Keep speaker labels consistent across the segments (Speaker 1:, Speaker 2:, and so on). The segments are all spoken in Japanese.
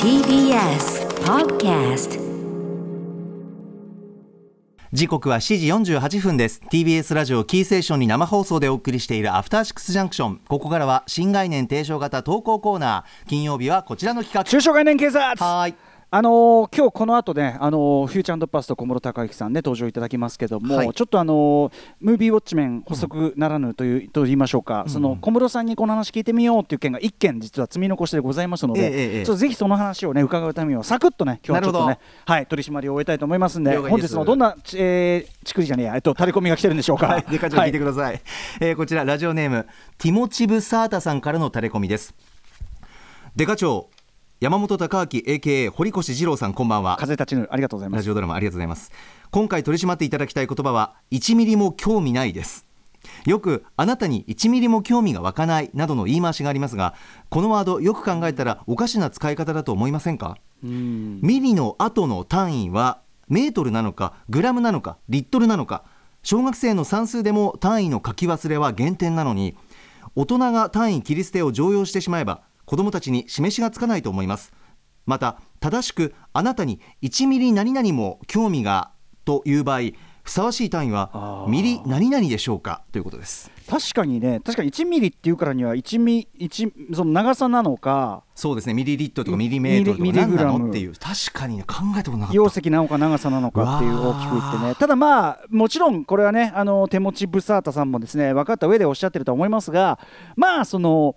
Speaker 1: TBS Podcast
Speaker 2: 時刻は7時48分です TBS ラジオキーセーションに生放送でお送りしているアフターシックスジャンクションここからは新概念提唱型投稿コーナー金曜日はこちらの企
Speaker 3: 中小概念警察
Speaker 2: 画はーい
Speaker 3: あのー今日この後ね、あのーフューチャーパスと小室孝之さんね登場いただきますけども、
Speaker 2: はい
Speaker 3: ちょっとあのームービーウォッチメン補足ならぬという、と言いましょうか、その小室さんにこの話聞いてみようっていう件が一件実は積み残しでございますので、
Speaker 2: ええええ
Speaker 3: ちょっとぜひその話をね伺うためにはサクッとね今日はちょっと
Speaker 2: なる
Speaker 3: ねはい取り締まりを終えたいと思いますんで
Speaker 2: 了解
Speaker 3: 本
Speaker 2: で
Speaker 3: 日
Speaker 2: す
Speaker 3: のどんなちえー、ちくりじゃねえやえっと垂れ込みが来てるんでしょうか。
Speaker 2: はい、でかちょ聞いてください、えーこちらラジオネームティモチブサータさんからのタレコミですでかちょ山本孝明 AKA 堀越二郎さんこんばんは
Speaker 3: 風立ちぬありがとうございま
Speaker 2: ラ
Speaker 3: す。
Speaker 2: ジオドラマありがとうございます今回取り締まっていただきたい言葉は1ミリも興味ないですよくあなたに1ミリも興味が湧かないなどの言い回しがありますがこのワードよく考えたらおかしな使い方だと思いませんか
Speaker 3: うん
Speaker 2: ミリの後の単位はメートルなのかグラムなのかリットルなのか小学生の算数でも単位の書き忘れは減点なのに大人が単位切り捨てを常用してしまえば子どもたちに示しがつかないと思いますまた正しくあなたに1ミリ何々も興味がという場合ふさわしい単位は
Speaker 3: あー
Speaker 2: ミリ何々でしょうかということです
Speaker 3: 確かにね確かに1ミリっていうからには1ミ一その長さなのか
Speaker 2: そうですねミリリットルとかミリメートルとか
Speaker 3: ミリミリ
Speaker 2: 何
Speaker 3: グラ
Speaker 2: な
Speaker 3: ム
Speaker 2: のっていう確かにね考えたことなかった
Speaker 3: 容積なのか長さなのかっていう
Speaker 2: うわ
Speaker 3: 大
Speaker 2: ー
Speaker 3: きく言ってねただまあもちろんこれはねあの手持ちブサータさんもですね分かった上でおっしゃってると思いますがまあその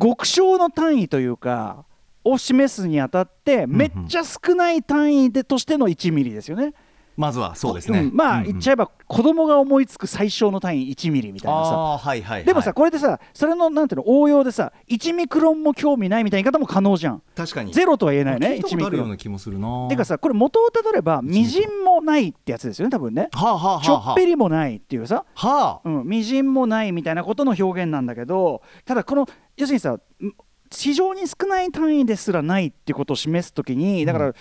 Speaker 3: 極小の単位というかを示すにあたって
Speaker 2: ん
Speaker 3: めっちゃ少ない単位でとしての1ミリですよね。
Speaker 2: まずはそうですね、
Speaker 3: んま
Speaker 2: う
Speaker 3: あ
Speaker 2: んうん
Speaker 3: 言っちゃえば子供が思いつく最小の単位1ミリみたいなさ。
Speaker 2: あーはいはいはい
Speaker 3: でもさ、これでさそれのなんていうの応用でさ1ミクロンも興味ないみたいな言い方も可能じゃん
Speaker 2: 確かに
Speaker 3: ゼロとは言えない
Speaker 2: 聞
Speaker 3: ね
Speaker 2: いたこ
Speaker 3: 1
Speaker 2: と
Speaker 3: ミ
Speaker 2: あ
Speaker 3: ク
Speaker 2: るよ
Speaker 3: ロ
Speaker 2: う
Speaker 3: ン
Speaker 2: な気もするな
Speaker 3: てかさこれ元をたどれば
Speaker 2: ミ
Speaker 3: み
Speaker 2: クロン
Speaker 3: じんもないってやつですよね多分ね
Speaker 2: はあ、はあはあはあ、
Speaker 3: ちょっぺりもないっていうさ
Speaker 2: はあ
Speaker 3: うん、みじんもないみたいなことの表現なんだけどただこの要するにさん非常に少ない単位ですらないってことを示すときにだか
Speaker 2: う
Speaker 3: ら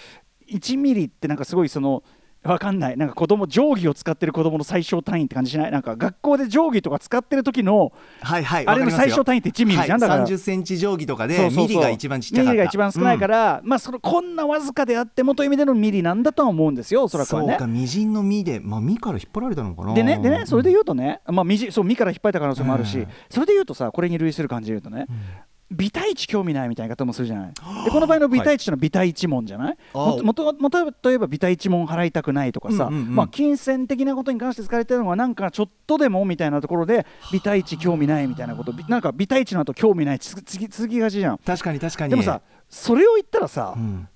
Speaker 3: 1ミリってなんかすごいそのわかんないなんか子供定規を使ってる子供の最小単位って感じしないなんか学校で定規とか使ってる時の
Speaker 2: はいはい
Speaker 3: あれ
Speaker 2: わかり
Speaker 3: の
Speaker 2: ますよ
Speaker 3: 最小単位って1ミリじゃんだから
Speaker 2: はい、30センチ定規とかで
Speaker 3: そうそうそう
Speaker 2: ミリが一番ちっちゃかった
Speaker 3: ミリが一番少ないから、まあそのこんなわずかであってもという意味でのミリなんだとは思うんですよお
Speaker 2: う
Speaker 3: そ
Speaker 2: ん
Speaker 3: らくは
Speaker 2: そう
Speaker 3: ね
Speaker 2: か。みじんのみでまあみから引っ張られたのかな
Speaker 3: でねでねそれで
Speaker 2: よ
Speaker 3: 言うとね、まあ、みじそうみから引っ張った可能性もあるし、
Speaker 2: うん
Speaker 3: それで言うとさこれに類する感じで言うとね、微体値興味ないみたいな方もするじゃないでこの場合の微体値というのは微体一文じゃない、
Speaker 2: あ
Speaker 3: もともともともと言えば微体一文払いたくないとかさ、
Speaker 2: うんうんうん
Speaker 3: まあ、金銭的なことに関して使われてるのはなんかちょっとでもみたいなところで微体値興味ないみたいなことびなんか微体値の後興味ないつつ続きがちじゃん
Speaker 2: 確かに確かに
Speaker 3: でもさ、それを言ったらさ、
Speaker 2: うん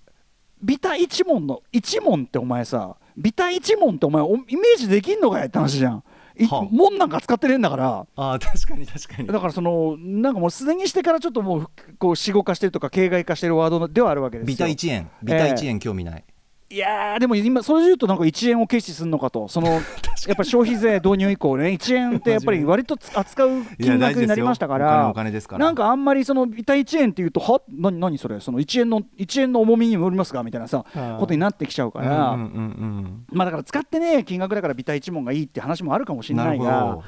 Speaker 3: ビタ一問の一問ってお前さビタ一問ってお前おイメージできんのかよって話じゃん、い
Speaker 2: はあ
Speaker 3: 門なんか使ってねえんだから
Speaker 2: ああ確かに確かに
Speaker 3: だからそのなんかもうすでにしてからちょっともうこう死語化してるとか形骸化してるワードではあるわけですよ
Speaker 2: ビタ1円ビタ1円興味ない、
Speaker 3: いやーでも今それで言うとなんか1円を軽視するのか とそのやっぱ消費税導入以降ね1円ってやっぱり割とつ扱う
Speaker 2: いや
Speaker 3: 金
Speaker 2: 大事です
Speaker 3: 額
Speaker 2: よ
Speaker 3: になりましたか
Speaker 2: お金は
Speaker 3: ら
Speaker 2: お金ですから
Speaker 3: なんかあんまりそのビタ1円っていうとは何何それその1円の1円の重みにもよりますかみたいなさ
Speaker 2: ああ
Speaker 3: ことになってきちゃうか
Speaker 2: うん
Speaker 3: ら、
Speaker 2: うんうんうん
Speaker 3: まあだから使ってね金額だからビタ一文がいいって話もあるかもしれない
Speaker 2: なる
Speaker 3: が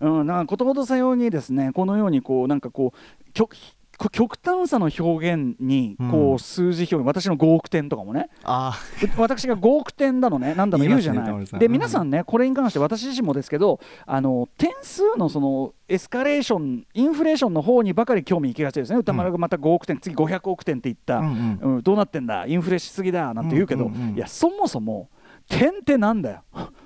Speaker 2: ほ、
Speaker 3: うん、なんかことごとさようにですねこのようにこうなんかこう極こ極端さの表現にこ
Speaker 2: うん
Speaker 3: う数字表現、私の5億点とかもね
Speaker 2: あ
Speaker 3: う私が5億点だのねなんだの
Speaker 2: 言いま
Speaker 3: 言う
Speaker 2: す
Speaker 3: じ
Speaker 2: ね
Speaker 3: ゃな
Speaker 2: 田村
Speaker 3: い
Speaker 2: さん
Speaker 3: で
Speaker 2: うん
Speaker 3: 皆さんねこれに関して私自身もですけどあの点数のそのエスカレーションインフレーションの方にばかり興味いきがちですね歌丸がまた5億点次500億点って言っ
Speaker 2: あ
Speaker 3: た、
Speaker 2: うんうん
Speaker 3: うん、どうなってんだインフレしすぎだなんて言うけど、
Speaker 2: うんうんうん
Speaker 3: いやそもそも点ってなんだよ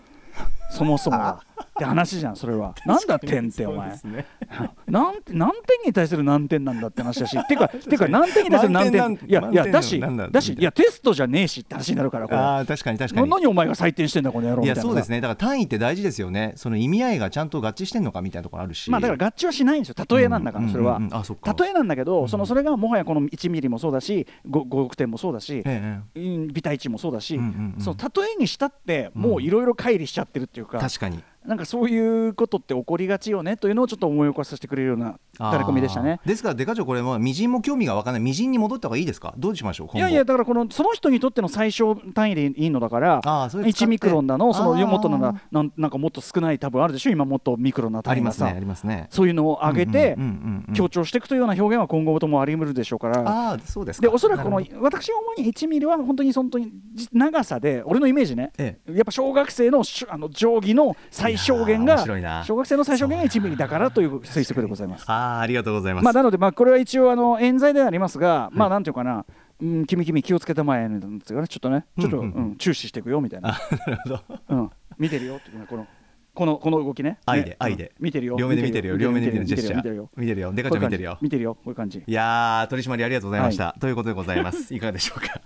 Speaker 3: そもそもはって話じゃんそ れはなんだ点ってお前
Speaker 2: そうですね
Speaker 3: なんて何点に対する何点なんだって話 だしてかてか何点に対する何点
Speaker 2: 満点なん
Speaker 3: いや
Speaker 2: 満
Speaker 3: いや
Speaker 2: 点
Speaker 3: だし
Speaker 2: なんだ
Speaker 3: だし
Speaker 2: みたいない
Speaker 3: やテストじゃねえしって話になるからこれ
Speaker 2: ああ確かに確か
Speaker 3: な
Speaker 2: に
Speaker 3: 何お前が採点してんだこの野郎
Speaker 2: い
Speaker 3: みた
Speaker 2: や
Speaker 3: いな
Speaker 2: そうですねだから単位って大事ですよねその意味合いがちゃんと合致してんのかみたいなところあるし
Speaker 3: まあだから合致はしないんですよ例えなんだからそれは、
Speaker 2: うんうんうんあそっか
Speaker 3: 例えなんだけど、
Speaker 2: うん
Speaker 3: そのそれがもはやこの1ミリもそうだし 5, 5億点もそうだし、
Speaker 2: ええええ
Speaker 3: うん、ビタ一もそうだし、
Speaker 2: うんうんうん
Speaker 3: その例えにしたってもういろいろ乖離しちゃってるっていうか,、
Speaker 2: 確かに
Speaker 3: なんかそういうことって起こりがちよねというのをちょっと思い起こさせてくれるようなタレコミでした
Speaker 2: あ。
Speaker 3: ね
Speaker 2: ーですからデカ長これも微塵も興味がわかんない微塵に戻った方がいいですかどうしましょう
Speaker 3: い
Speaker 2: 今後
Speaker 3: やいやだからこのその人にとっての最小単位でいいのだから
Speaker 2: あーそれ使って
Speaker 3: 1ミクロンだのそ
Speaker 2: あ
Speaker 3: の
Speaker 2: ー
Speaker 3: もっとならなんなんかもっと少ない多分あるでしょ今もっとミクロンな
Speaker 2: あ
Speaker 3: 単
Speaker 2: り
Speaker 3: 位
Speaker 2: ま
Speaker 3: が
Speaker 2: すね
Speaker 3: さ、
Speaker 2: ありますね
Speaker 3: そういうのを上げて
Speaker 2: うんうんうんうん
Speaker 3: 強調していくというような表現は今後ともあり得るでしょうから。
Speaker 2: ああそうですか
Speaker 3: でおそらくこの
Speaker 2: なるほど
Speaker 3: 私が主に1ミリは本当に本当にじ長さで俺のイメージね
Speaker 2: え
Speaker 3: やっぱ小学生のしあの定規の最小限
Speaker 2: いやー面
Speaker 3: が
Speaker 2: 白いな
Speaker 3: 小学生の最小限が1ミリだからという推測でございます。
Speaker 2: ああありがとうございます、
Speaker 3: まあ、なので、まあ、これは一応あの冤罪ではありますが、まあなんていうかな、うん、君君気をつけたまえなんですよね、ちょっとね、ちょっと、
Speaker 2: う
Speaker 3: うんん
Speaker 2: うんうん
Speaker 3: 注視していくよみたいな、
Speaker 2: あなるほど
Speaker 3: うん、見てるよっていうねこのこのこの動きね、
Speaker 2: 愛で
Speaker 3: ね
Speaker 2: 愛で
Speaker 3: うん見てるよ、
Speaker 2: 両目で見てるよ両目で見てるジェスチャ
Speaker 3: 見てる
Speaker 2: ー
Speaker 3: よ、
Speaker 2: 見てるよデ
Speaker 3: 見てるよ
Speaker 2: カ長見てるよ
Speaker 3: こういう感じ見てるよ、こういう感じ。
Speaker 2: いやー取締りありがとうございました、ということでございますいかがでしょうか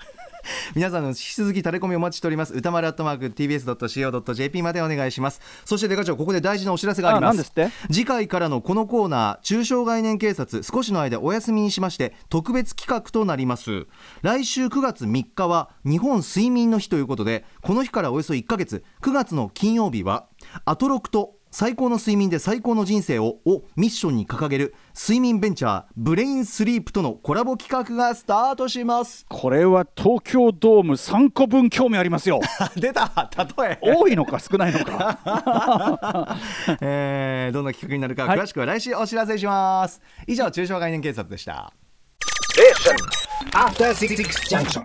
Speaker 2: 皆さんの引き続きタレコミお待ちしております歌丸アットマーク TBS.CO.JP までお願いしますそしてデカ長ここで大事なお知らせがありま
Speaker 3: あなんですすって
Speaker 2: 次回からのこのコーナー中小概念警察少しの間お休みにしまして特別企画となります来週9月3日は日本睡眠の日ということでこの日からおよそ1ヶ月9月の金曜日はアトロクと最高の睡眠で最高の人生ををミッションに掲げる睡眠ベンチャーブレインスリープとのコラボ企画がスタートします
Speaker 3: これは東京ドーム3個分興味ありますよ。
Speaker 2: 出た例え
Speaker 3: 多いのか少ないのか。
Speaker 2: えーどんな企画になるか
Speaker 3: はい
Speaker 2: 詳しくは来週お知らせします以上中小概念警察でした
Speaker 4: After Six Junction.